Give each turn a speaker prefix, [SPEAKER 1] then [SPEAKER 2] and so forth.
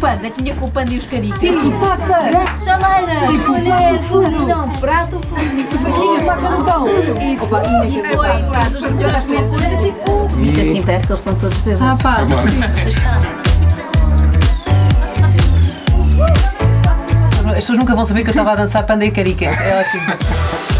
[SPEAKER 1] panda, é tinha com o panda e os caricas.
[SPEAKER 2] Sim, taça!
[SPEAKER 1] Chaleira,
[SPEAKER 2] Tipo,
[SPEAKER 1] colher,
[SPEAKER 2] prato, forno.
[SPEAKER 1] não, prato, forno.
[SPEAKER 2] Faquinha, faca no pão! Isso! Opa,
[SPEAKER 1] E foi, pá, dos melhores momentos da vida, tipo... Isto assim parece que eles estão todos bêbados.
[SPEAKER 2] Ah pá, as pessoas nunca vão saber que eu estava a dançar panda e carica. É ótimo.